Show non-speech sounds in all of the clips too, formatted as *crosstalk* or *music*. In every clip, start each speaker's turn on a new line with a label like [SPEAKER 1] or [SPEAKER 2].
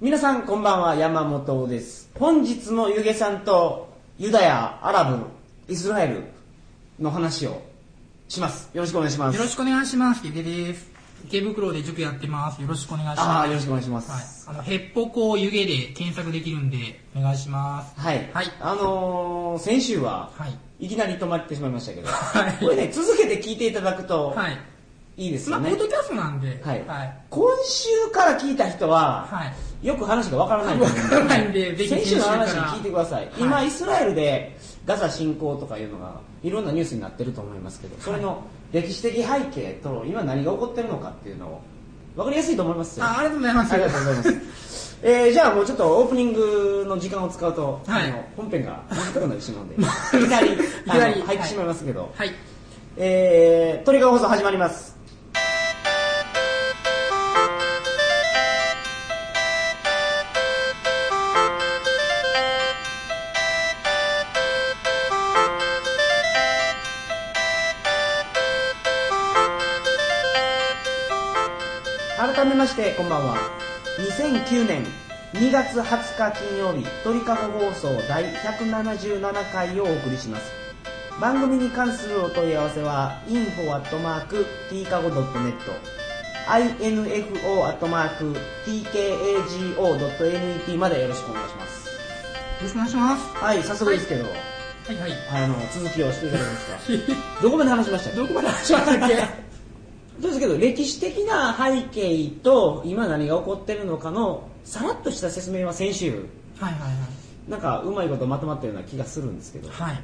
[SPEAKER 1] 皆さんこんばんは山本です本日もゆげさんとユダヤアラブイスラエルの話をしますよろしくお願いします
[SPEAKER 2] よろしくお願いします。デデです。池袋で塾やってます。よろしくお願いします。
[SPEAKER 1] ああよろしくお願いします
[SPEAKER 2] はい。あの、ヘッポコ湯気で検索できるんで、お願いします。
[SPEAKER 1] はい、
[SPEAKER 2] はい。
[SPEAKER 1] あのー、先週は
[SPEAKER 2] はい。
[SPEAKER 1] いきなり止まってしまいましたけど、
[SPEAKER 2] はい
[SPEAKER 1] これね続けて聞いていただくと
[SPEAKER 2] はい。
[SPEAKER 1] いいです
[SPEAKER 2] ま
[SPEAKER 1] よ
[SPEAKER 2] あ、ポ
[SPEAKER 1] ね、
[SPEAKER 2] ッドキャストなんで、
[SPEAKER 1] はい
[SPEAKER 2] はい。
[SPEAKER 1] 今週から聞いた人は、
[SPEAKER 2] はい
[SPEAKER 1] よく話がわからないと
[SPEAKER 2] わ
[SPEAKER 1] 思う
[SPEAKER 2] からないんで、ぜひ
[SPEAKER 1] 先週の話
[SPEAKER 2] 先
[SPEAKER 1] 聞いてください、
[SPEAKER 2] はい
[SPEAKER 1] 今イスラエルでガザ侵攻とかいうのがいろんなニュースになってると思いますけどそれの歴史的背景と今何が起こってるのかっていうのを分かりやすいと思いますよ
[SPEAKER 2] あ、ありがとうございます。
[SPEAKER 1] ありがとうございま。
[SPEAKER 2] *laughs*
[SPEAKER 1] す、えーじゃあもうちょっとオープニングの時間を使うと、
[SPEAKER 2] はい
[SPEAKER 1] あの本編が短くなってしま
[SPEAKER 2] *laughs*
[SPEAKER 1] うんでいきなり
[SPEAKER 2] いきなり
[SPEAKER 1] あの
[SPEAKER 2] は
[SPEAKER 1] 入
[SPEAKER 2] い
[SPEAKER 1] ってしまいますけど、
[SPEAKER 2] はい。
[SPEAKER 1] えー、トリガー放送始まります改めましてこんばんは2009年2月20日金曜日鳥かご放送第177回をお送りします番組に関するお問い合わせは info.tkago.net info.tkago.net までよろしくお願いします
[SPEAKER 2] よろしくお願いします。
[SPEAKER 1] はい早速ですけど、
[SPEAKER 2] はいはい。
[SPEAKER 1] あの続きをしていただけ
[SPEAKER 2] *laughs*
[SPEAKER 1] ますかどこまで話しましたっけ
[SPEAKER 2] どこまで話しましたっけ
[SPEAKER 1] そうですけど歴史的な背景と今何が起こってるのかのさらっとした説明は先週
[SPEAKER 2] はいはいはい。
[SPEAKER 1] なんかうまいことまとまったような気がするんですけど
[SPEAKER 2] はい。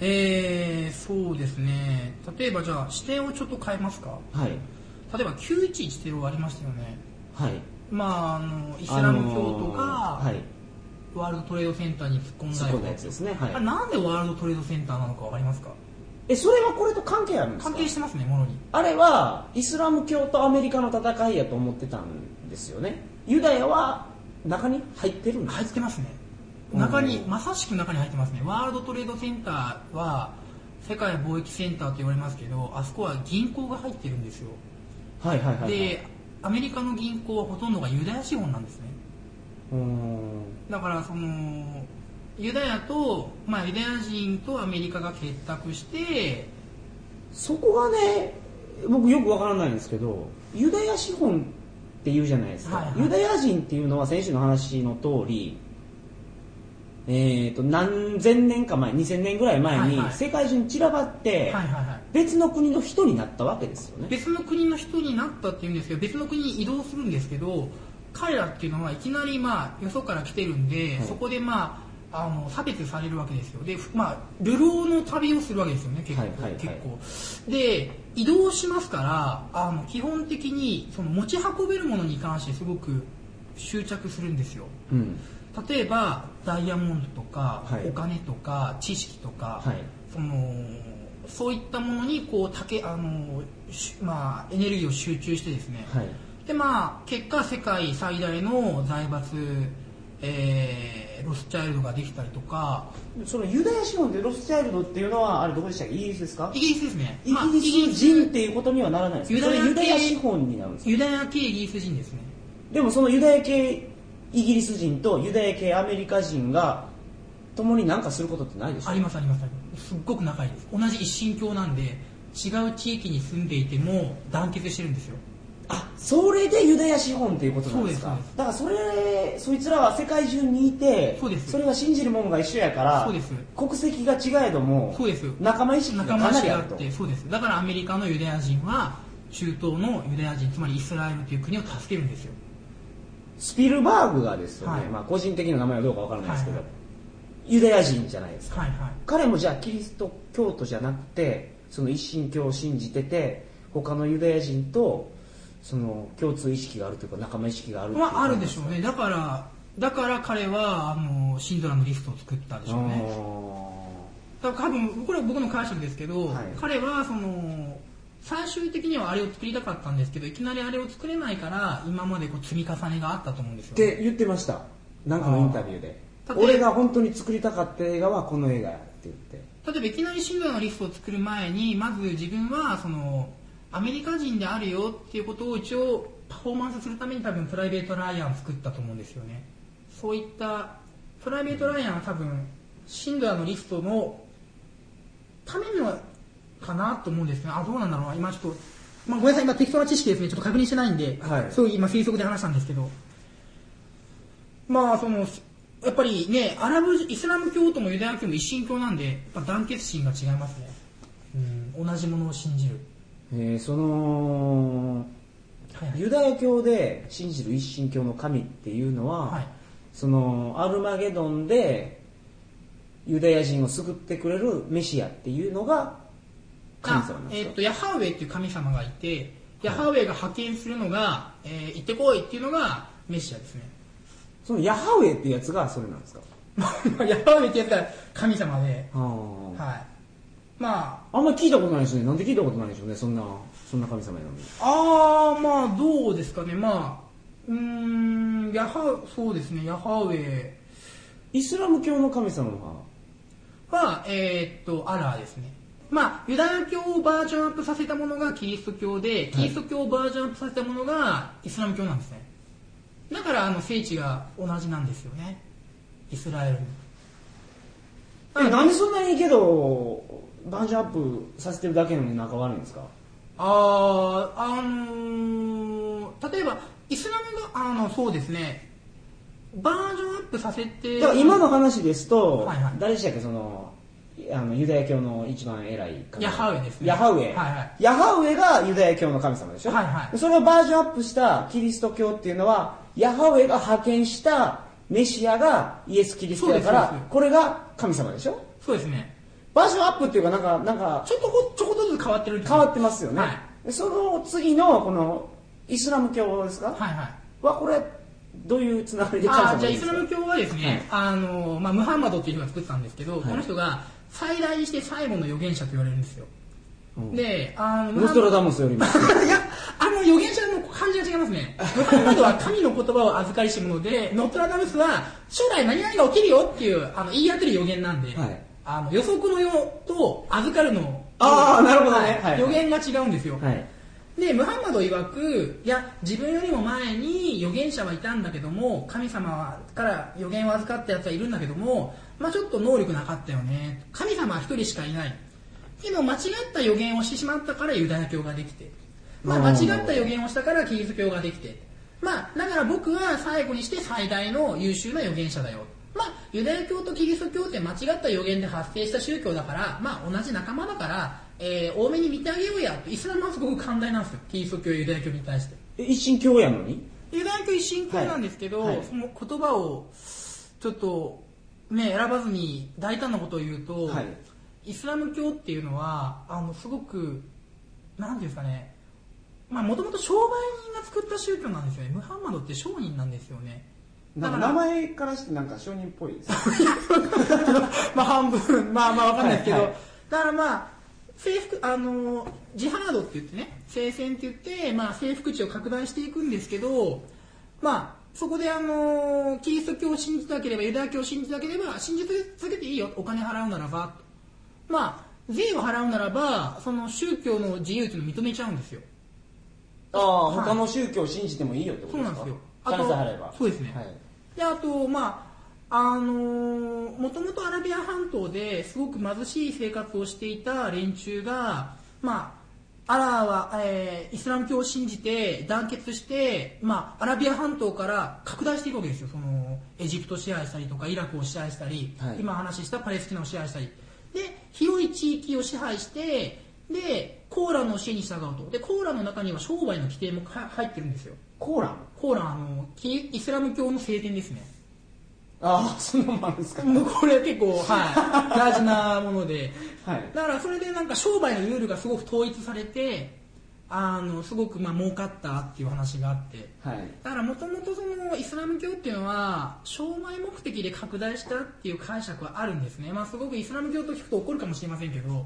[SPEAKER 2] えー、そうですね。例えばじゃあ、視点をちょっと変えますか
[SPEAKER 1] はい
[SPEAKER 2] 例えば911テロありましたよね。
[SPEAKER 1] はい
[SPEAKER 2] まあ、あの、イスラム教徒が、
[SPEAKER 1] あのーはい
[SPEAKER 2] ワールドトレードセンターに突っ込んだ
[SPEAKER 1] 突っ込んだやつですねはい
[SPEAKER 2] あなんでワールドトレードセンターなのかわかりますか
[SPEAKER 1] えそれはこれと関係あるんですか
[SPEAKER 2] 関係してますねものに
[SPEAKER 1] あれはイスラム教とアメリカの戦いやと思ってたんですよねユダヤは中に入ってるんです
[SPEAKER 2] 入ってますね
[SPEAKER 1] うん
[SPEAKER 2] 中にまさしく中に入ってますねワールドトレードセンターは世界貿易センターと言われますけどあそこは銀行が入ってるんですよ
[SPEAKER 1] はいはいはいはい
[SPEAKER 2] でアメリカの銀行はほとんどがユダヤ資本なんですね
[SPEAKER 1] うーん
[SPEAKER 2] だからそのユダヤと、まあ、ユダヤ人とアメリカが結託して
[SPEAKER 1] そこがね僕よくわからないんですけどユダヤ資本って言うじゃないですか、
[SPEAKER 2] はいはい
[SPEAKER 1] ユダヤ人っていうのは先週の話の通りえー、と何千年か前2000年ぐらい前に
[SPEAKER 2] はいはい
[SPEAKER 1] 世界中に散らばっ
[SPEAKER 2] はい
[SPEAKER 1] て
[SPEAKER 2] はいはい
[SPEAKER 1] 別の国の人になったわけですよね
[SPEAKER 2] 別の国の人になったっていうんですけど別の国に移動するんですけど彼らっていうのはいきなりまあよそから来てるんで、
[SPEAKER 1] はい
[SPEAKER 2] そこでまああの差別されるわけですよで、ふまあ、流浪の旅をするわけですよね結構,、
[SPEAKER 1] はいはいはい
[SPEAKER 2] 結構で移動しますからあの基本的にその持ち運べるものに関してすごく執着するんですよ
[SPEAKER 1] うん
[SPEAKER 2] 例えばダイヤモンドとか、
[SPEAKER 1] はい
[SPEAKER 2] お金とか知識とか、
[SPEAKER 1] はい
[SPEAKER 2] そのそういったものにこうたけあの、しまあ、エネルギーを集中してですね、
[SPEAKER 1] はい
[SPEAKER 2] でまあ、結果世界最大の財閥、えーロスチャイルドができたりとか
[SPEAKER 1] そのユダヤ資本でロスチャイルドっていうのはあれどこでしたっけイギリスですか
[SPEAKER 2] イギリスですね
[SPEAKER 1] イ
[SPEAKER 2] まあ
[SPEAKER 1] ギリス人っていうことにはならないですか
[SPEAKER 2] ユダ
[SPEAKER 1] そ
[SPEAKER 2] ヤ
[SPEAKER 1] れユ
[SPEAKER 2] 系
[SPEAKER 1] ダヤ資本になるんですか
[SPEAKER 2] ユダヤ系イギリス人ですね
[SPEAKER 1] でもそのユダヤ系イギリス人とユダヤ系アメリカ人が共に何かすることってないでしょ
[SPEAKER 2] ありますありますありますすっごく仲いいです同じ一神教なんで違う地域に住んでいても団結してるんですよ
[SPEAKER 1] あそれでユダヤ資本っていうことなんですか
[SPEAKER 2] そうです
[SPEAKER 1] だからそれそいつらは世界中にいて
[SPEAKER 2] そうです
[SPEAKER 1] れが信じるものが一緒やから
[SPEAKER 2] そうです
[SPEAKER 1] 国籍が違えども
[SPEAKER 2] そうです
[SPEAKER 1] 仲間意識が
[SPEAKER 2] 仲
[SPEAKER 1] か
[SPEAKER 2] 間意
[SPEAKER 1] な
[SPEAKER 2] 識
[SPEAKER 1] り
[SPEAKER 2] が
[SPEAKER 1] あ
[SPEAKER 2] あ
[SPEAKER 1] る
[SPEAKER 2] っ
[SPEAKER 1] と
[SPEAKER 2] てそうですだからアメリカのユダヤ人は中東のユダヤ人つまりイスラエルという国を助けるんですよ
[SPEAKER 1] スピルバーグがですよね、
[SPEAKER 2] はい
[SPEAKER 1] まあ、個人的な名前はどうかわからないですけど、
[SPEAKER 2] はいは
[SPEAKER 1] ユダヤ人じゃないですか
[SPEAKER 2] はいはい
[SPEAKER 1] 彼もじゃあキリスト教徒じゃなくてその一神教を信じてて他のユダヤ人とその共通意識があるというか仲間意識があるっていう
[SPEAKER 2] まああるでしょうねだからだから彼はあのシンドラのリストを作ったでしょうねだから多分これは僕の解釈ですけど、
[SPEAKER 1] はい
[SPEAKER 2] 彼はその最終的にはあれを作りたかったんですけどいきなりあれを作れないから今までこう積み重ねがあったと思うんで
[SPEAKER 1] っ
[SPEAKER 2] すよ
[SPEAKER 1] て言ってましたなんかのインタビューで
[SPEAKER 2] あー
[SPEAKER 1] 俺が本当に作りたかった映画はこの映画やって言って
[SPEAKER 2] 例えばいきなりシンドラのリストを作る前にまず自分はそのアメリカ人であるよっていうことを一応パフォーマンスするために多分プライベートライアン作ったと思うんですよねそういったプライベートライアンは多分シンドラのリストのためのかなと思うんですけどあどうなんだろうな今ちょっと、まあ、ごめんなさい今適当な知識ですねちょっと確認してないんで、
[SPEAKER 1] はい
[SPEAKER 2] そう今推測で話したんですけどまあそのやっぱりねアラブイスラム教ともユダヤ教も一神教なんでやっぱ団結心が違いますねうん同じものを信じる
[SPEAKER 1] えーその
[SPEAKER 2] はいはい
[SPEAKER 1] ユダヤ教で信じる一神教の神っていうのは、
[SPEAKER 2] はい
[SPEAKER 1] そのアルマゲドンでユダヤ人を救ってくれるメシアっていうのが神様なん
[SPEAKER 2] あえ
[SPEAKER 1] です
[SPEAKER 2] っ
[SPEAKER 1] よ、
[SPEAKER 2] とヤハウェっていう神様がいてヤハウェが派遣するのが、えー行ってこいっていうのがメシアです *laughs* ね
[SPEAKER 1] そのヤハウェっていうやつがそれなんですか
[SPEAKER 2] ヤハウェってやつが神様で、
[SPEAKER 1] あー
[SPEAKER 2] はいまあ
[SPEAKER 1] あんま聞いたことないですねなんで聞いたことないでしょうねそんなそんな神様なのに
[SPEAKER 2] あーまあどうですかねまあうーんヤハウそうですねヤハウェ
[SPEAKER 1] イスラム教の神様は
[SPEAKER 2] は、えーっと、アラーですね。まあ、ユダヤ教をバージョンアップさせたものがキリスト教で、キリスト教をバージョンアップさせたものがイスラム教なんですね。だから、あの、聖地が同じなんですよね。イスラエルに。
[SPEAKER 1] えなんでそんなにけどバージョンアップさせてるだけなのに仲悪いんですか
[SPEAKER 2] あー、あのー、例えば、イスラムが、あの、そうですね、バージョンアップさせて、
[SPEAKER 1] だから今の話ですと、
[SPEAKER 2] はいはい
[SPEAKER 1] 誰でしたっけそのあのユダヤ教の一番偉い神様
[SPEAKER 2] ヤハウェですね
[SPEAKER 1] ヤハウェ、
[SPEAKER 2] はいは
[SPEAKER 1] ヤハウェがユダヤ教の神様でしょ、
[SPEAKER 2] はいはい
[SPEAKER 1] それをバージョンアップしたキリスト教っていうのはヤハウェが派遣したメシアがイエス・キリストだか
[SPEAKER 2] そうですそう
[SPEAKER 1] ら
[SPEAKER 2] です
[SPEAKER 1] これが神様でしょ
[SPEAKER 2] そうですね、
[SPEAKER 1] バージョンアップっていうかなんかなんか
[SPEAKER 2] ちょっとこ、ちょこっとずつ変わってる
[SPEAKER 1] 変わってますよね、
[SPEAKER 2] はい
[SPEAKER 1] その次のこのイスラム教ですか、
[SPEAKER 2] はいはい。
[SPEAKER 1] はこれどういうつながりで神
[SPEAKER 2] あ
[SPEAKER 1] 様
[SPEAKER 2] ーじゃあ
[SPEAKER 1] い
[SPEAKER 2] イ
[SPEAKER 1] いん
[SPEAKER 2] ス
[SPEAKER 1] です
[SPEAKER 2] ラ
[SPEAKER 1] か
[SPEAKER 2] ム教はですね、あのまあ、ムハンマドっていう人が作ったんですけど、
[SPEAKER 1] い
[SPEAKER 2] この人が最大にして最後の預言者と言われるんですよ、
[SPEAKER 1] うん
[SPEAKER 2] であのム
[SPEAKER 1] ノ
[SPEAKER 2] ハ
[SPEAKER 1] ス
[SPEAKER 2] ン
[SPEAKER 1] トラダムスよ
[SPEAKER 2] *laughs*
[SPEAKER 1] りも
[SPEAKER 2] いやあの預言者の感じが違いますねムハンマドは神の言葉を預かりし者でノストラダムスは将来何々が起きるよっていうあの言い当てる予言なんで、
[SPEAKER 1] はい
[SPEAKER 2] あの予測のよと預かるの
[SPEAKER 1] あーなるほどね
[SPEAKER 2] はい
[SPEAKER 1] はい
[SPEAKER 2] 予言が違うんですよ、
[SPEAKER 1] はい
[SPEAKER 2] でムハンマド曰くいや自分よりも前に預言者はいたんだけども神様から預言を預かったやつはいるんだけども、まあ、ちょっと能力なかったよね神様は一人しかいないでも間違った預言をしてしまったからユダヤ教ができて、まあ、
[SPEAKER 1] うん
[SPEAKER 2] 間違った預言をしたからキリスト教ができて、まあ、だから僕は最後にして最大の優秀な預言者だよまあ、ユダヤ教とキリスト教って間違った予言で発生した宗教だから、まあ、同じ仲間だから、えー多めに見てあげようやってイスラムはすごく寛大なんですよキリスト教ユダヤ教に対して
[SPEAKER 1] え一神教やのに
[SPEAKER 2] ユダヤ教一神教なんですけど、
[SPEAKER 1] はいはい
[SPEAKER 2] その言葉をちょっと、ね、選ばずに大胆なことを言うと、
[SPEAKER 1] はい
[SPEAKER 2] イスラム教っていうのはあのすごくなんていうんですかねもともと商売人が作った宗教なんですよねムハンマドって商人なんですよね
[SPEAKER 1] なんか名前からしてなんか商人っぽいです
[SPEAKER 2] *laughs* まあ半分、まあまあわかんないですけど、
[SPEAKER 1] はいはい
[SPEAKER 2] だからまあ、制服、あのー、ジハードって言ってね、聖戦って言って、まあ征服地を拡大していくんですけど、まあ、そこであのーキリスト教を信じなければ、ユダヤ教を信じなければ、信じ続けていいよ、お金払うならば、まあ、税を払うならば、その宗教の自由っていうのを認めちゃうんですよ。
[SPEAKER 1] ああ
[SPEAKER 2] はい
[SPEAKER 1] 他の宗教を信じてもいいよってことですか
[SPEAKER 2] そうなんですよあと
[SPEAKER 1] 金さえ払えば
[SPEAKER 2] そうですね
[SPEAKER 1] はい
[SPEAKER 2] であとまああのもともとアラビア半島ですごく貧しい生活をしていた連中がまあアラーは、えーイスラム教を信じて団結して、まあ、アラビア半島から拡大していくわけですよそのエジプトを支配したりとかイラクを支配したり、
[SPEAKER 1] はい
[SPEAKER 2] 今話したパレスチナを支配したりで広い地域を支配してでコーランの教えに従うとでコーランの中には商売の規定もは入ってるんですよ
[SPEAKER 1] コーラン
[SPEAKER 2] コーランあのキイスラム教の聖典ですね
[SPEAKER 1] ああそんなもんあるんですか
[SPEAKER 2] *laughs* もうこれ結構、はい、大事なもので、
[SPEAKER 1] はい
[SPEAKER 2] だからそれでなんか商売のルールがすごく統一されて、あのすごくまあ儲かったっていう話があって、
[SPEAKER 1] *laughs* はい
[SPEAKER 2] だからもともとそのイスラム教っていうのは、商売目的で拡大したっていう解釈はあるんですね、まあ、すごくイスラム教と聞くと怒るかもしれませんけど、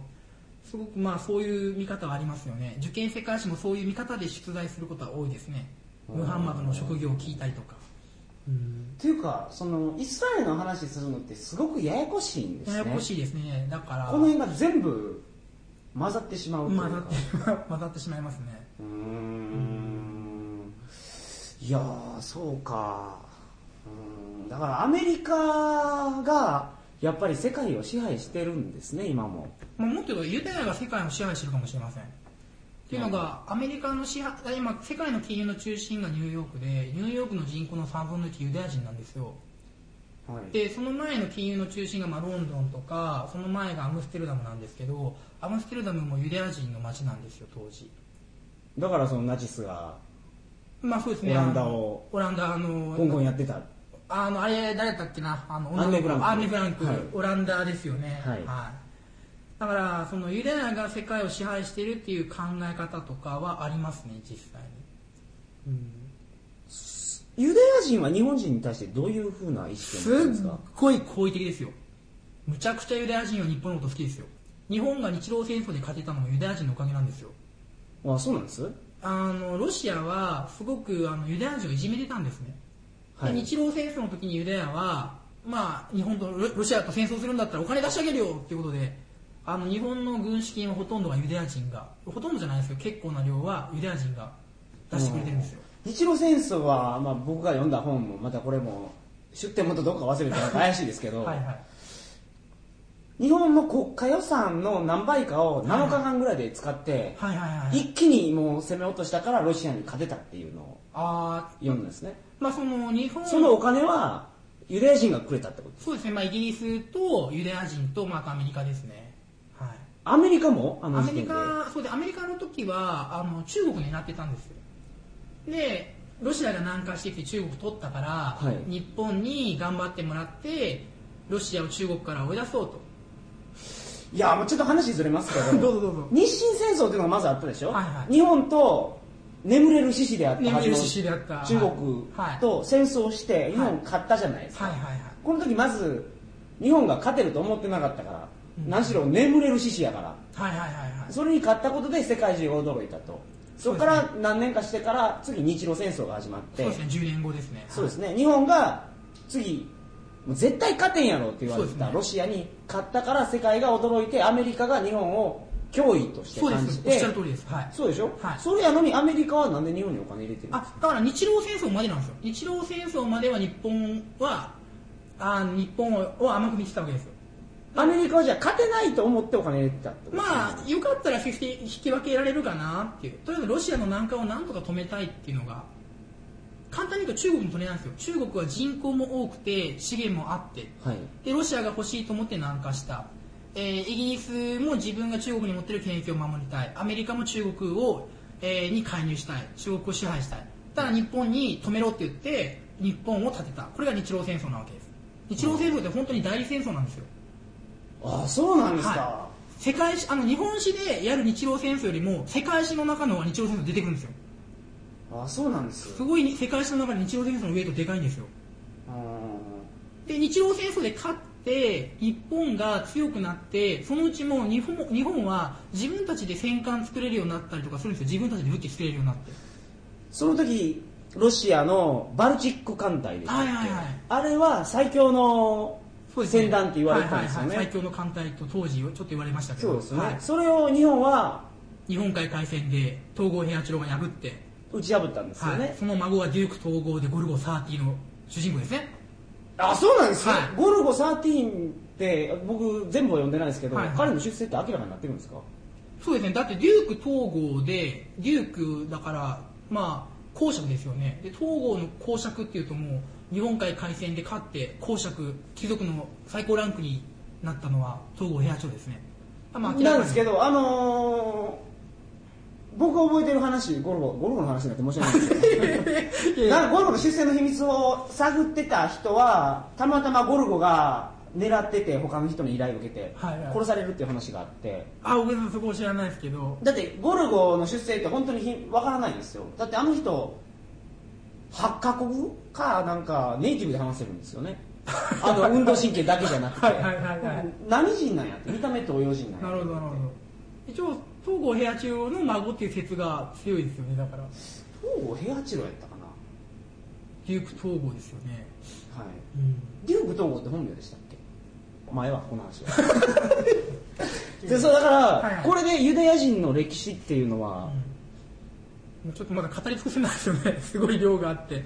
[SPEAKER 2] すごくまあそういう見方はありますよね、受験世界史もそういう見方で出題することは多いですね、ムハンマドの職業を聞いたりとか。
[SPEAKER 1] っていうかそのイスラエルの話するのってすごくややこしいんですね
[SPEAKER 2] ややこしいですね、だから。
[SPEAKER 1] この辺が全部混ざってしまうという
[SPEAKER 2] *laughs* 混
[SPEAKER 1] か
[SPEAKER 2] ざって混ざってしまいますね
[SPEAKER 1] うーんいやーそうかうんだからアメリカがやっぱり世界を支配してるんですね今も
[SPEAKER 2] まあ、もっと言うとユダヤが世界を支配してるかもしれませんっていうのが、アメリカの支配今世界の金融の中心がニューヨークでニューヨークの人口の3分の1ユダヤ人なんですよ
[SPEAKER 1] はい
[SPEAKER 2] でその前の金融の中心がまあロンドンとかその前がアムステルダムなんですけどアムステルダムもユダヤ人の街なんですよ当時
[SPEAKER 1] だからそのナチスが
[SPEAKER 2] まあそうですね
[SPEAKER 1] オランダを
[SPEAKER 2] オランダあの
[SPEAKER 1] 香港やってた
[SPEAKER 2] あのあれ誰だっけなあの
[SPEAKER 1] アンネフランク
[SPEAKER 2] アンネフランク、
[SPEAKER 1] はい
[SPEAKER 2] オランダですよね
[SPEAKER 1] はい
[SPEAKER 2] だからそのユダヤが世界を支配しているっていう考え方とかはありますね実際に
[SPEAKER 1] ユダヤ人は日本人に対してどういうふうな意識
[SPEAKER 2] す
[SPEAKER 1] を持ってるんです
[SPEAKER 2] っ
[SPEAKER 1] か
[SPEAKER 2] ごい好意的ですよむちゃくちゃユダヤ人は日本のこと好きですよ日本が日露戦争で勝てたのもユダヤ人のおかげなんですよ
[SPEAKER 1] あそうなんです
[SPEAKER 2] あのロシアはすごくあのユダヤ人をいじめてたんですね、
[SPEAKER 1] は
[SPEAKER 2] で
[SPEAKER 1] い
[SPEAKER 2] 日露戦争の時にユダヤは、まあ、日本とロロシアと戦争するんだったらお金出してあげるよっていうことであの日本の軍資金はほとんどがユダヤ人がほとんどじゃないですよ結構な量はユダヤ人が出してくれてるんですよ、
[SPEAKER 1] 日露戦争は、まあ、僕が読んだ本もまたこれも出典元どっか忘れてなんか怪しいですけど
[SPEAKER 2] はいはい
[SPEAKER 1] 日本の国家予算の何倍かを7日間ぐらいで使って
[SPEAKER 2] はいはいはい
[SPEAKER 1] 一気にもう攻め落としたからロシアに勝てたっていうのを
[SPEAKER 2] あー
[SPEAKER 1] 読んだんですね、
[SPEAKER 2] まあその日本
[SPEAKER 1] そのお金はユダヤ人がくれたってこと
[SPEAKER 2] そうですね、まあ、イギリスとユダヤ人と、まあ、あとアメリカですね、はい、
[SPEAKER 1] アメリカもあ
[SPEAKER 2] ア
[SPEAKER 1] の
[SPEAKER 2] メ
[SPEAKER 1] 時
[SPEAKER 2] リ
[SPEAKER 1] 点で
[SPEAKER 2] カそうでアメリカの時はあの中国になってたんですよでロシアが南下してきて中国取ったから、
[SPEAKER 1] はい
[SPEAKER 2] 日本に頑張ってもらってロシアを中国から追い出そうと
[SPEAKER 1] いやもうちょっと話ずれますけど
[SPEAKER 2] *laughs* どうぞどうぞ
[SPEAKER 1] 日清戦争っていうのがまずあったでしょ、
[SPEAKER 2] はいはい
[SPEAKER 1] 日本と眠れる獅子であった
[SPEAKER 2] 眠
[SPEAKER 1] はず
[SPEAKER 2] れる
[SPEAKER 1] の
[SPEAKER 2] 獅子であった
[SPEAKER 1] 中国
[SPEAKER 2] はい
[SPEAKER 1] と戦争して日
[SPEAKER 2] はい
[SPEAKER 1] 本勝ったじゃないですか、
[SPEAKER 2] はいはいはい
[SPEAKER 1] この時まず日本が勝てると思ってなかったから、
[SPEAKER 2] うん
[SPEAKER 1] 何しろ眠れる獅子やから
[SPEAKER 2] はいはいはいはい
[SPEAKER 1] それに勝ったことで世界中が驚いたとそこか
[SPEAKER 2] そう
[SPEAKER 1] ら何年かしてから次日露戦争が始まって
[SPEAKER 2] そうですね10年後ですね
[SPEAKER 1] そうですね日本が次もう絶対勝てんやろって言われて
[SPEAKER 2] そうです
[SPEAKER 1] た
[SPEAKER 2] ね
[SPEAKER 1] ロシアに勝ったから世界が驚いてアメリカが日本を脅威として
[SPEAKER 2] そうで
[SPEAKER 1] 感
[SPEAKER 2] す
[SPEAKER 1] じ
[SPEAKER 2] おってしゃる通りですはい
[SPEAKER 1] そうでしょ、
[SPEAKER 2] はい
[SPEAKER 1] それやのにアメリカはなんで日本にお金入れてるの
[SPEAKER 2] あだから日露戦争までなんですよ日露戦争までは日本はあ日本を甘く見てたわけですよ
[SPEAKER 1] アメリカはじゃあ勝てないと思ってお金入れてたってこと
[SPEAKER 2] まあ、よかったら50引き分けられるかなっていう、とりあえずロシアの南下をなんとか止めたいっていうのが、簡単に言うと中国も止めないんですよ、中国は人口も多くて、資源もあって、
[SPEAKER 1] はい
[SPEAKER 2] でロシアが欲しいと思って南下した、えーイギリスも自分が中国に持ってる権益を守りたい、アメリカも中国を、えーに介入したい、中国を支配したい、ただ日本に止めろって言って、日本を立てた、これが日露戦争なわけです。日露戦争って本当に代理戦争なんですよ。
[SPEAKER 1] ああそうなんですか、
[SPEAKER 2] はい、世界史あの日本史でやる日露戦争よりも世界史の中の方が日露戦争出てくるんですよ
[SPEAKER 1] ああそうなんです
[SPEAKER 2] すごい世界史の中で日露戦争のウェイトでかいんですよ
[SPEAKER 1] う
[SPEAKER 2] で日露戦争で勝って日本が強くなってそのうちもう日本日本は自分たちで戦艦作れるようになったりとかするんですよ自分たちで武器作れるようになって
[SPEAKER 1] んその時ロシアのバルチック艦隊でしたっけ、
[SPEAKER 2] はいはいはい
[SPEAKER 1] あれは最強の
[SPEAKER 2] そうですね
[SPEAKER 1] 船団って言われてたんですよ
[SPEAKER 2] はいはいはい
[SPEAKER 1] ね
[SPEAKER 2] 最強の艦隊と当時ちょっと言われましたけど
[SPEAKER 1] そうですね、
[SPEAKER 2] はい
[SPEAKER 1] それを日本は
[SPEAKER 2] 日本海海戦で東郷平八郎が破って
[SPEAKER 1] 打ち破ったんですよね、
[SPEAKER 2] はい、その孫はデューク統合でゴルゴ30の主人公ですね
[SPEAKER 1] あそうなんですね、
[SPEAKER 2] はい
[SPEAKER 1] ゴルゴ13って僕全部は読んでないですけど、
[SPEAKER 2] はいはい
[SPEAKER 1] 彼の出世って明らかになってるんですか
[SPEAKER 2] そうですね、だってデューク統合で、デュークだから、まあ、公爵ですよね。で、統合の公爵っていうともう、日本海海戦で勝って、公爵、貴族の最高ランクになったのは、統合平八郎ですね。あまあ
[SPEAKER 1] なんですけ
[SPEAKER 2] ど、
[SPEAKER 1] どあのー僕が覚えてる話ゴルゴゴルゴの話になって申し訳ないですけどなんかゴルゴの出世の秘密を探ってた人はたまたまゴルゴが狙ってて他の人に依頼を受けて
[SPEAKER 2] はいはい
[SPEAKER 1] 殺されるっていう話があって
[SPEAKER 2] あ、僕さんそこ知らないですけど、
[SPEAKER 1] だってゴルゴの出世って本当にひわからないんですよだってあの人8カ国語かなんかネイティブで話せるんですよ
[SPEAKER 2] *laughs*
[SPEAKER 1] ねあの運動神経だけじゃなくて
[SPEAKER 2] はいはいはいはい
[SPEAKER 1] 何人なんやって見た目東洋人なんや
[SPEAKER 2] なるほど、なるほど。一応、東郷平八郎の孫っていう説が強いですよね、だから。
[SPEAKER 1] 東郷平八郎やったかな
[SPEAKER 2] デューク統合ですよね。
[SPEAKER 1] はい
[SPEAKER 2] うん
[SPEAKER 1] デューク東郷って本名でしたっけ前はこの話
[SPEAKER 2] *laughs*
[SPEAKER 1] はでそうだから、
[SPEAKER 2] はいはい
[SPEAKER 1] これでユダヤ人の歴史っていうのは、
[SPEAKER 2] うんもうちょっとまだ語り尽くせないですよねすごい量があって、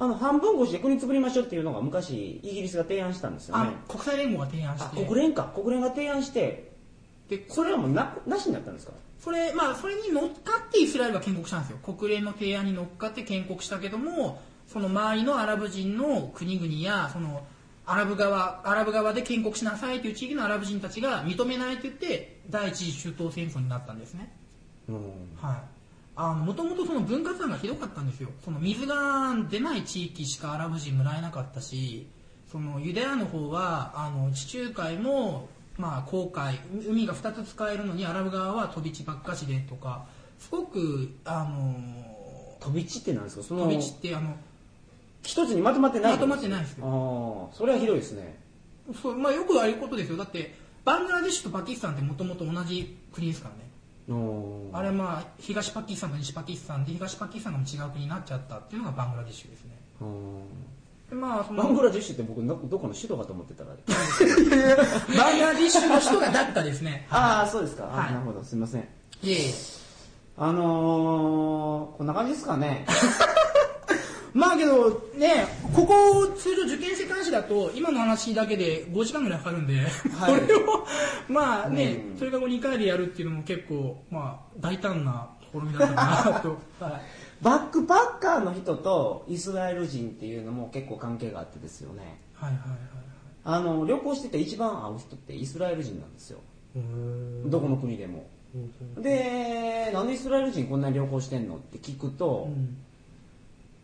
[SPEAKER 1] あの半分越しで国作りましょうっていうのが昔イギリスが提案したんですよ
[SPEAKER 2] あ
[SPEAKER 1] ね
[SPEAKER 2] 国際連合が提案し
[SPEAKER 1] あ
[SPEAKER 2] て
[SPEAKER 1] 国連か国連が提案して
[SPEAKER 2] で
[SPEAKER 1] それはもうななしになったんですか
[SPEAKER 2] それまあそれに乗っかってイスラエルが建国したんですよ国連の提案に乗っかって建国したけどもその周りのアラブ人の国々やそのアラブ側アラブ側で建国しなさいという地域のアラブ人たちが認めないと言って第一次中東戦争になったんですね
[SPEAKER 1] うん
[SPEAKER 2] はい、もともとその分割案がひどかったんですよその水が出ない地域しかアラブ人もらえなかったしそのユダヤの方はあの地中海も、まあ、航海海が2つ使えるのにアラブ側は飛び地ばっかしでとかすごくあの
[SPEAKER 1] 飛び地ってなんですかその
[SPEAKER 2] 飛び地ってあの
[SPEAKER 1] 一つにまとまってない
[SPEAKER 2] まとまってないですよ
[SPEAKER 1] よああそれはひどいですね
[SPEAKER 2] そう、まあ、よくあることですよだってバングラデシュとパキスタンってもともと同じ国ですからね
[SPEAKER 1] うん
[SPEAKER 2] あれはまあ東パキスタンと西パキスタンで東パキスタンが違う国になっちゃったっていうのがバングラデシュですね
[SPEAKER 1] うん
[SPEAKER 2] でまあその
[SPEAKER 1] バングラデシュって僕などこの首都かと思って
[SPEAKER 2] *laughs*
[SPEAKER 1] たら。
[SPEAKER 2] バングラディッシュの人がだったですね
[SPEAKER 1] ああそうですか、あ
[SPEAKER 2] はい
[SPEAKER 1] なるほどすいません
[SPEAKER 2] いえいえ。
[SPEAKER 1] あのー、こんな感じですか
[SPEAKER 2] *laughs*
[SPEAKER 1] ね
[SPEAKER 2] まあけど、ね、ここ、通常受験生監視だと、今の話だけで5時間ぐらいかかるんで、
[SPEAKER 1] はい
[SPEAKER 2] これを、まあね、
[SPEAKER 1] うん
[SPEAKER 2] それがもう2回でやるっていうのも結構、まあ、大胆な試みだったかなと。 *laughs* はい
[SPEAKER 1] バックパッカーの人とイスラエル人っていうのも結構関係があってですよね
[SPEAKER 2] はいはいはいはい。
[SPEAKER 1] あの旅行してて一番会う人ってイスラエル人なんですよどこの国でもでなんでイスラエル人こんなに旅行してんのって聞くと、
[SPEAKER 2] うん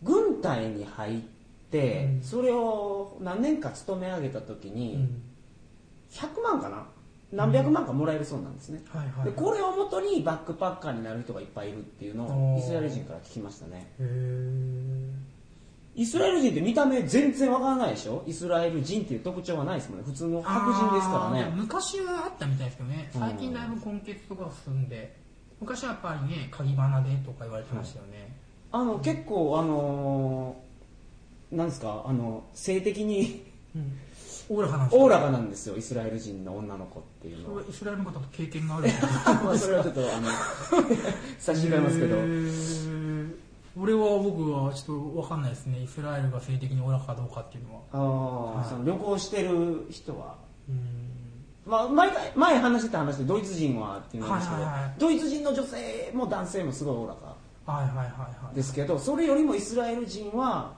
[SPEAKER 1] 軍隊に入って、
[SPEAKER 2] うん
[SPEAKER 1] それを何年か勤め上げた時
[SPEAKER 2] う
[SPEAKER 1] に、
[SPEAKER 2] ん
[SPEAKER 1] 100万かな何百万かもらえるそうなんですね、
[SPEAKER 2] はいはい。
[SPEAKER 1] でこれをもとにバックパッカーになる人がいっぱいいるっていうのを
[SPEAKER 2] おー
[SPEAKER 1] イスラエル人から聞きましたね
[SPEAKER 2] へー
[SPEAKER 1] イスラエル人って見た目全然わからないでしょイスラエル人っていう特徴はないですもんね普通の白人ですから
[SPEAKER 2] あー
[SPEAKER 1] ね
[SPEAKER 2] 昔はあったみたいですけどね、最近だいぶ根血とかが進んで、昔はやっぱりね、鍵花でとか言われてましたよね。
[SPEAKER 1] あの結構あのーなんですかあの性的に *laughs*
[SPEAKER 2] オーラ派なんですか
[SPEAKER 1] オーラがなんですよイスラエル人の女の子っていうのは
[SPEAKER 2] イスラエルの方と経験が
[SPEAKER 1] *laughs*
[SPEAKER 2] ある
[SPEAKER 1] まあそれはちょっと
[SPEAKER 2] *laughs*
[SPEAKER 1] あの差し控えますけど
[SPEAKER 2] へー俺は僕はちょっと分かんないですねイスラエルが性的にオラかどうかっていうのは
[SPEAKER 1] あーその旅行してる人は
[SPEAKER 2] うん
[SPEAKER 1] まあ、前回前話してた話でドイツ人はっていうのなんですけど、
[SPEAKER 2] はいはいはい
[SPEAKER 1] ドイツ人の女性も男性もすごいおおらか
[SPEAKER 2] はいはいはいはい
[SPEAKER 1] ですけどそれよりもイスラエル人は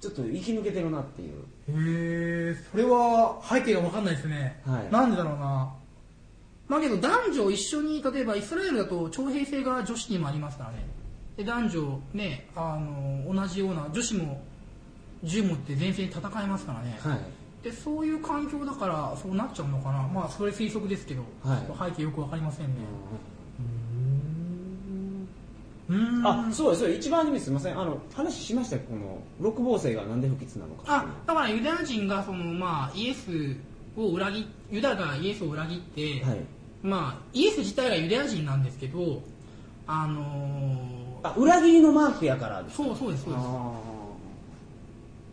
[SPEAKER 1] ちょっと生き抜けてるなっていう
[SPEAKER 2] へえそれは背景が分かんないですね、
[SPEAKER 1] はい
[SPEAKER 2] なんでだろうなまあけど男女一緒に例えばイスラエルだと徴兵制が女子にもありますからねで男女ねあの同じような女子も銃持って前線で戦いますからね、
[SPEAKER 1] はい
[SPEAKER 2] でそういう環境だからそうなっちゃうのかなまあそれ推測ですけど、
[SPEAKER 1] はい
[SPEAKER 2] ちょっと背景よくわかりませんねうーん
[SPEAKER 1] あそうですそうです一番初めすいませんあの話しましたよこの六芒星がなんで不吉なのか
[SPEAKER 2] あだからユダヤ人がその、まあ、イエスを裏切ユダヤがイエスを裏切って、
[SPEAKER 1] はい
[SPEAKER 2] まあ、イエス自体がユダヤ人なんですけどあのー
[SPEAKER 1] あ裏切りのマークやからです
[SPEAKER 2] そうそうですそうです
[SPEAKER 1] あ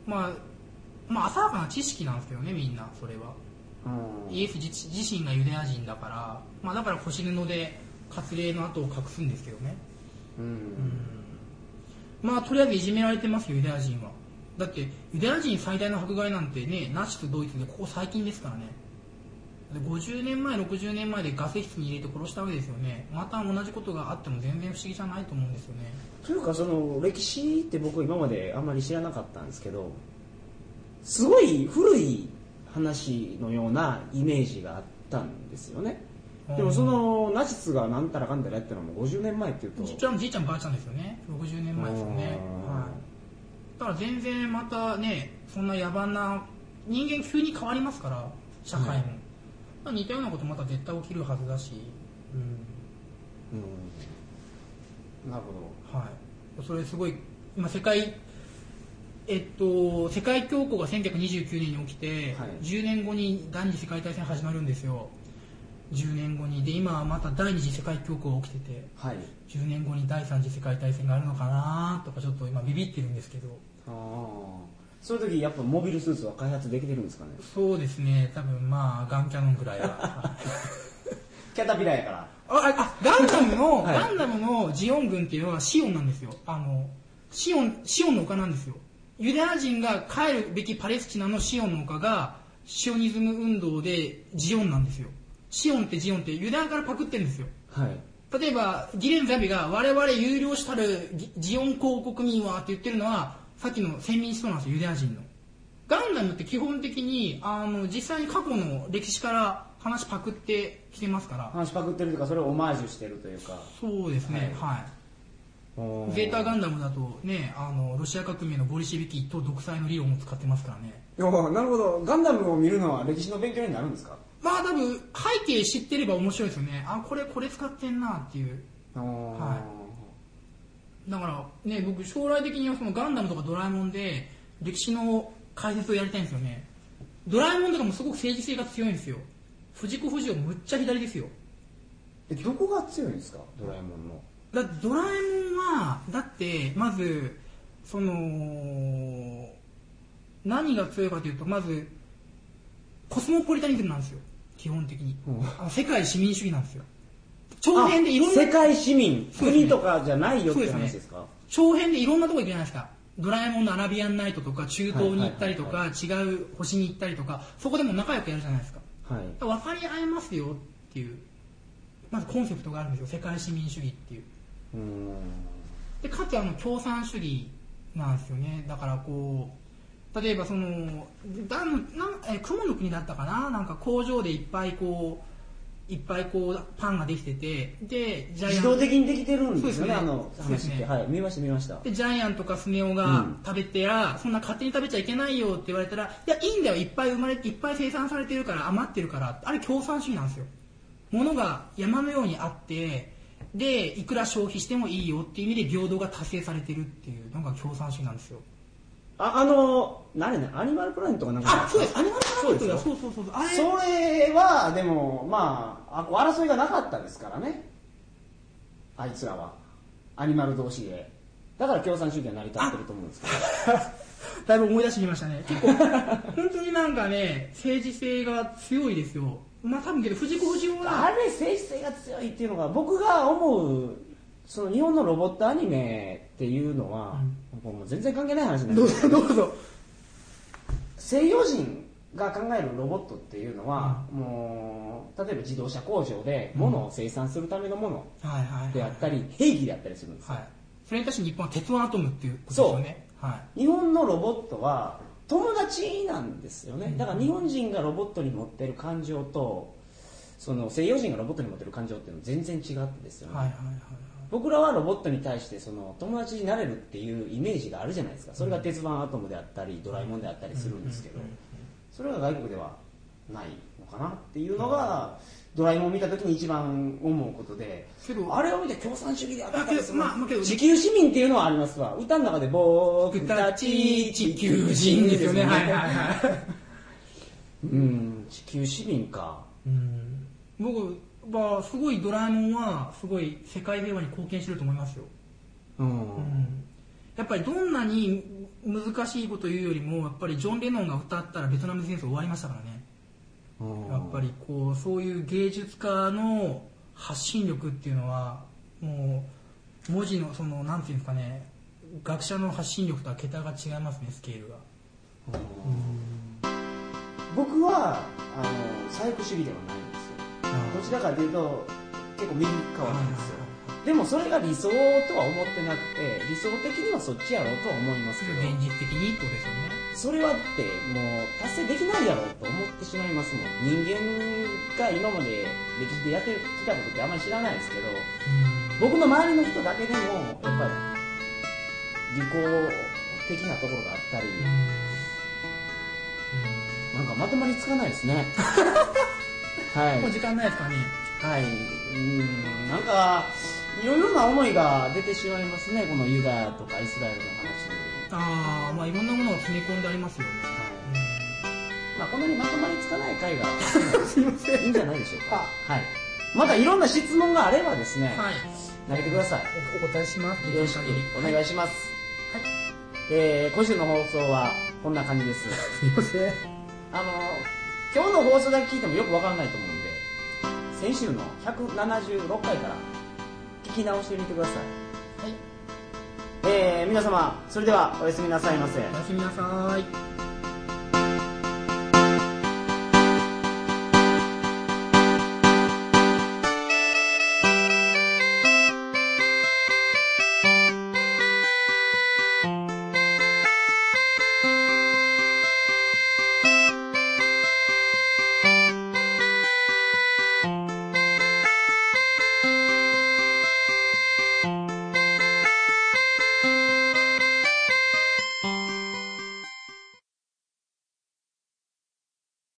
[SPEAKER 2] まあまあ浅はかな知識なんですけどねみんなそれは
[SPEAKER 1] ーうん
[SPEAKER 2] イエス自自身がユダヤ人だから、まあ、だから腰布で割礼の跡を隠すんですけどね
[SPEAKER 1] うん
[SPEAKER 2] まあとりあえずいじめられてますよユダヤ人はだってユダヤ人最大の迫害なんてねナチスドイツでここ最近ですからねで50年前60年前でガセ室に入れて殺したわけですよねまた同じことがあっても全然不思議じゃないと思うんですよね
[SPEAKER 1] というかその歴史って僕今まであんまり知らなかったんですけどすごい古い話のようなイメージがあったんですよねでもそのナチスがなんたらかんたらやったのも50年前っていうと
[SPEAKER 2] じいちゃんじいちゃんばあちゃんですよね60年前ですよね、
[SPEAKER 1] うん
[SPEAKER 2] はい、だから全然またねそんな野蛮な人間急に変わりますから社会も、まあ似たようなことまた絶対起きるはずだし、
[SPEAKER 1] うんなるほど
[SPEAKER 2] はい、それすごい今世界えっと世界恐慌が1929年に起きて、
[SPEAKER 1] はい
[SPEAKER 2] 10年後に第二次世界大戦始まるんですよ10年後にで今はまた第二次世界恐慌が起きてて
[SPEAKER 1] はい
[SPEAKER 2] 10年後に第三次世界大戦があるのかなとかちょっと今ビビってるんですけど
[SPEAKER 1] ああそういう時やっぱモビルスーツは開発できてるんですかね
[SPEAKER 2] そうですね多分まあガンキャノンぐらいは
[SPEAKER 1] キャタピラーやから
[SPEAKER 2] ああガンダムの、
[SPEAKER 1] はい
[SPEAKER 2] ガンダムのジオン軍っていうのはシオンなんですよあのシオンシオンの丘なんですよユダヤ人が帰るべきパレスチナのシオンの丘がシオニズム運動でジオンなんですよシオンってジオンってユダヤからパクってるんですよ
[SPEAKER 1] はい。
[SPEAKER 2] 例えばギレンザビが我々有料したるギジオン公国民はって言ってるのはさっきの先民思想なんですよユダヤ人のガンダムって基本的にあの実際に過去の歴史から話パクってきてますから
[SPEAKER 1] 話パクってるというか、それをオマージュしてるというか。
[SPEAKER 2] そうですねはい、ゼータガンダムだとねあのロシア革命のボリシビキと独裁の理論を使ってますからね
[SPEAKER 1] おーなるほど。ガンダムを見るのは歴史の勉強になるんですか
[SPEAKER 2] まあ多分背景知ってれば面白いですよねあこれこれ使ってんなっていうはだからね僕将来的にはそのガンダムとかドラえもんで歴史の解説をやりたいんですよねドラえもんとかもすごく政治性が強いんですよ藤子不二雄むっちゃ左ですよ
[SPEAKER 1] え、どこが強いんですかドラえもんの。
[SPEAKER 2] だってドラえもんはだってまずその何が強いかというとまずコスモポリタニズムなんですよ基本的に、
[SPEAKER 1] うん
[SPEAKER 2] あの世界市民主義なんですよ長編でいろんな
[SPEAKER 1] 世界市民、
[SPEAKER 2] そ
[SPEAKER 1] *laughs*
[SPEAKER 2] うですね
[SPEAKER 1] 国とかじゃないよって
[SPEAKER 2] そう
[SPEAKER 1] 話
[SPEAKER 2] ですね
[SPEAKER 1] ですか
[SPEAKER 2] 長編でいろんなとこ行くじゃないですかドラえもんのアラビアンナイトとか中東に行ったりと
[SPEAKER 1] は
[SPEAKER 2] か違う星に行ったりとかそこでも仲良くやるじゃないですか
[SPEAKER 1] はい。
[SPEAKER 2] だから分かり合えますよっていうまずコンセプトがあるんですよ世界市民主義っていう
[SPEAKER 1] うーん。
[SPEAKER 2] でかつあの共産主義なんですよねだからこう例えばそのだんなんえ雲の国だったかななんか工場でいっぱいこういっぱいこうパンができててでジャイア
[SPEAKER 1] 自
[SPEAKER 2] ン
[SPEAKER 1] 動的にできてるんですよね、あ
[SPEAKER 2] そうです
[SPEAKER 1] の
[SPEAKER 2] ねそうで
[SPEAKER 1] 話
[SPEAKER 2] す
[SPEAKER 1] っ
[SPEAKER 2] ね
[SPEAKER 1] て。はい。見ました、見ました。
[SPEAKER 2] でジャイアンとかスネ夫
[SPEAKER 1] う
[SPEAKER 2] が
[SPEAKER 1] ん
[SPEAKER 2] 食べてや、そんな勝手に食べちゃいけないよって言われたらいやいいんだよいっぱい生まれていっぱい生産されてるから余ってるからあれ共産主義なんですよ物が山のようにあってでいくら消費してもいいよっていう意味で平等が達成されてるっていうのが共産主義なんですよ
[SPEAKER 1] あ、あの、何ね、アニマルプラネットかなんか。
[SPEAKER 2] あそうですアニマルプラネットだ
[SPEAKER 1] そ
[SPEAKER 2] そうそうそうそう *laughs* あれ
[SPEAKER 1] それは、でも、まあ、あ争いがなかったですからね。あいつらは。アニマル同士で。だから共産主義は成り立ってると思うんですけど。
[SPEAKER 2] だいぶ思い出してきましたね結構本当になんかね政治性が強いですよまあ多分けど藤子不二雄は
[SPEAKER 1] あれ、政治性が強いっていうのが、僕が思う、その日本のロボットアニメっていうのは、もう全然関係ない話なん
[SPEAKER 2] ど
[SPEAKER 1] で
[SPEAKER 2] う
[SPEAKER 1] すけ
[SPEAKER 2] ぞ
[SPEAKER 1] ど
[SPEAKER 2] どうぞ
[SPEAKER 1] 西洋人が考えるロボットっていうのは、もう、例えば自動車工場で物を生産するためのもの
[SPEAKER 2] はいはい、はい、
[SPEAKER 1] であったり、兵器であったりするんですよ
[SPEAKER 2] はい、それに対して日本は鉄腕アトムっていうことですよね、は
[SPEAKER 1] 日本のロボットは友達なんですよねだから日本人がロボットに持ってる感情とその西洋人がロボットに持ってる感情っていうのは全然違ってです
[SPEAKER 2] い、
[SPEAKER 1] よね、
[SPEAKER 2] はいはいはい
[SPEAKER 1] 僕らはロボットに対してその友達になれるっていうイメージがあるじゃないですかそれが鉄腕アトムであったりドラえもんであったりするんですけど
[SPEAKER 2] うんうんうんうん
[SPEAKER 1] それが外国ではないのかなっていうのがドラえもんを見た時に一番思うことで
[SPEAKER 2] けど
[SPEAKER 1] あれを見て共産主義であったんですよ、
[SPEAKER 2] まあまあけど
[SPEAKER 1] 地球市民っていうのはありますわ歌の中で「僕たち地球人」ですよね
[SPEAKER 2] はいはいはい
[SPEAKER 1] うん地球市民か
[SPEAKER 2] うん僕はすごいドラえもんはすごい世界平和に貢献してると思いますよ、
[SPEAKER 1] うん、
[SPEAKER 2] うん、やっぱりどんなに難しいこと言うよりもやっぱりジョン・レノンが歌ったらベトナム戦争終わりましたからね
[SPEAKER 1] うん
[SPEAKER 2] やっぱりこうそういう芸術家の発信力っていうのはもう文字のそのなんていうんですかね学者の発信力とは桁が違いますねスケールが
[SPEAKER 1] 僕はあの左翼主義ではないんですよどちらかというと結構右側なんですよでもそれが理想とは思ってなくて理想的にはそっちやろうとは思いますけど
[SPEAKER 2] 現実的にってことです
[SPEAKER 1] そ
[SPEAKER 2] よね
[SPEAKER 1] れはってもう達成できないやろうと思ってしまいますもん人間が今まで歴史でやってきたことってあんまり知らないですけど僕の周りの人だけでもやっぱり利己的なところがあったりなんかまとまりつかないですねはい
[SPEAKER 2] もう時間ないですかね
[SPEAKER 1] はい、うん、なんか、いろいろな思いが出てしまいますね、このユダヤとかイスラエルの話に。
[SPEAKER 2] ああまあいろんなものが詰め込んでありますよね
[SPEAKER 1] はいまあ、こんなにまとまりつかない回が
[SPEAKER 2] *laughs*
[SPEAKER 1] いいんじゃないでしょうか。はい。またいろんな質問があればですね、
[SPEAKER 2] はい
[SPEAKER 1] 投げてください。
[SPEAKER 2] おお答えします
[SPEAKER 1] よろしくお
[SPEAKER 2] はい
[SPEAKER 1] 願いします。えー、今週の放送はこんな感じです。
[SPEAKER 2] すいません
[SPEAKER 1] あの、今日の放送だけ聞いてもよくわからないと思うんで、先週の176回から聞き直してみてください、
[SPEAKER 2] はい
[SPEAKER 1] えー皆様それではおやすみなさいませ、
[SPEAKER 2] おやすみなさい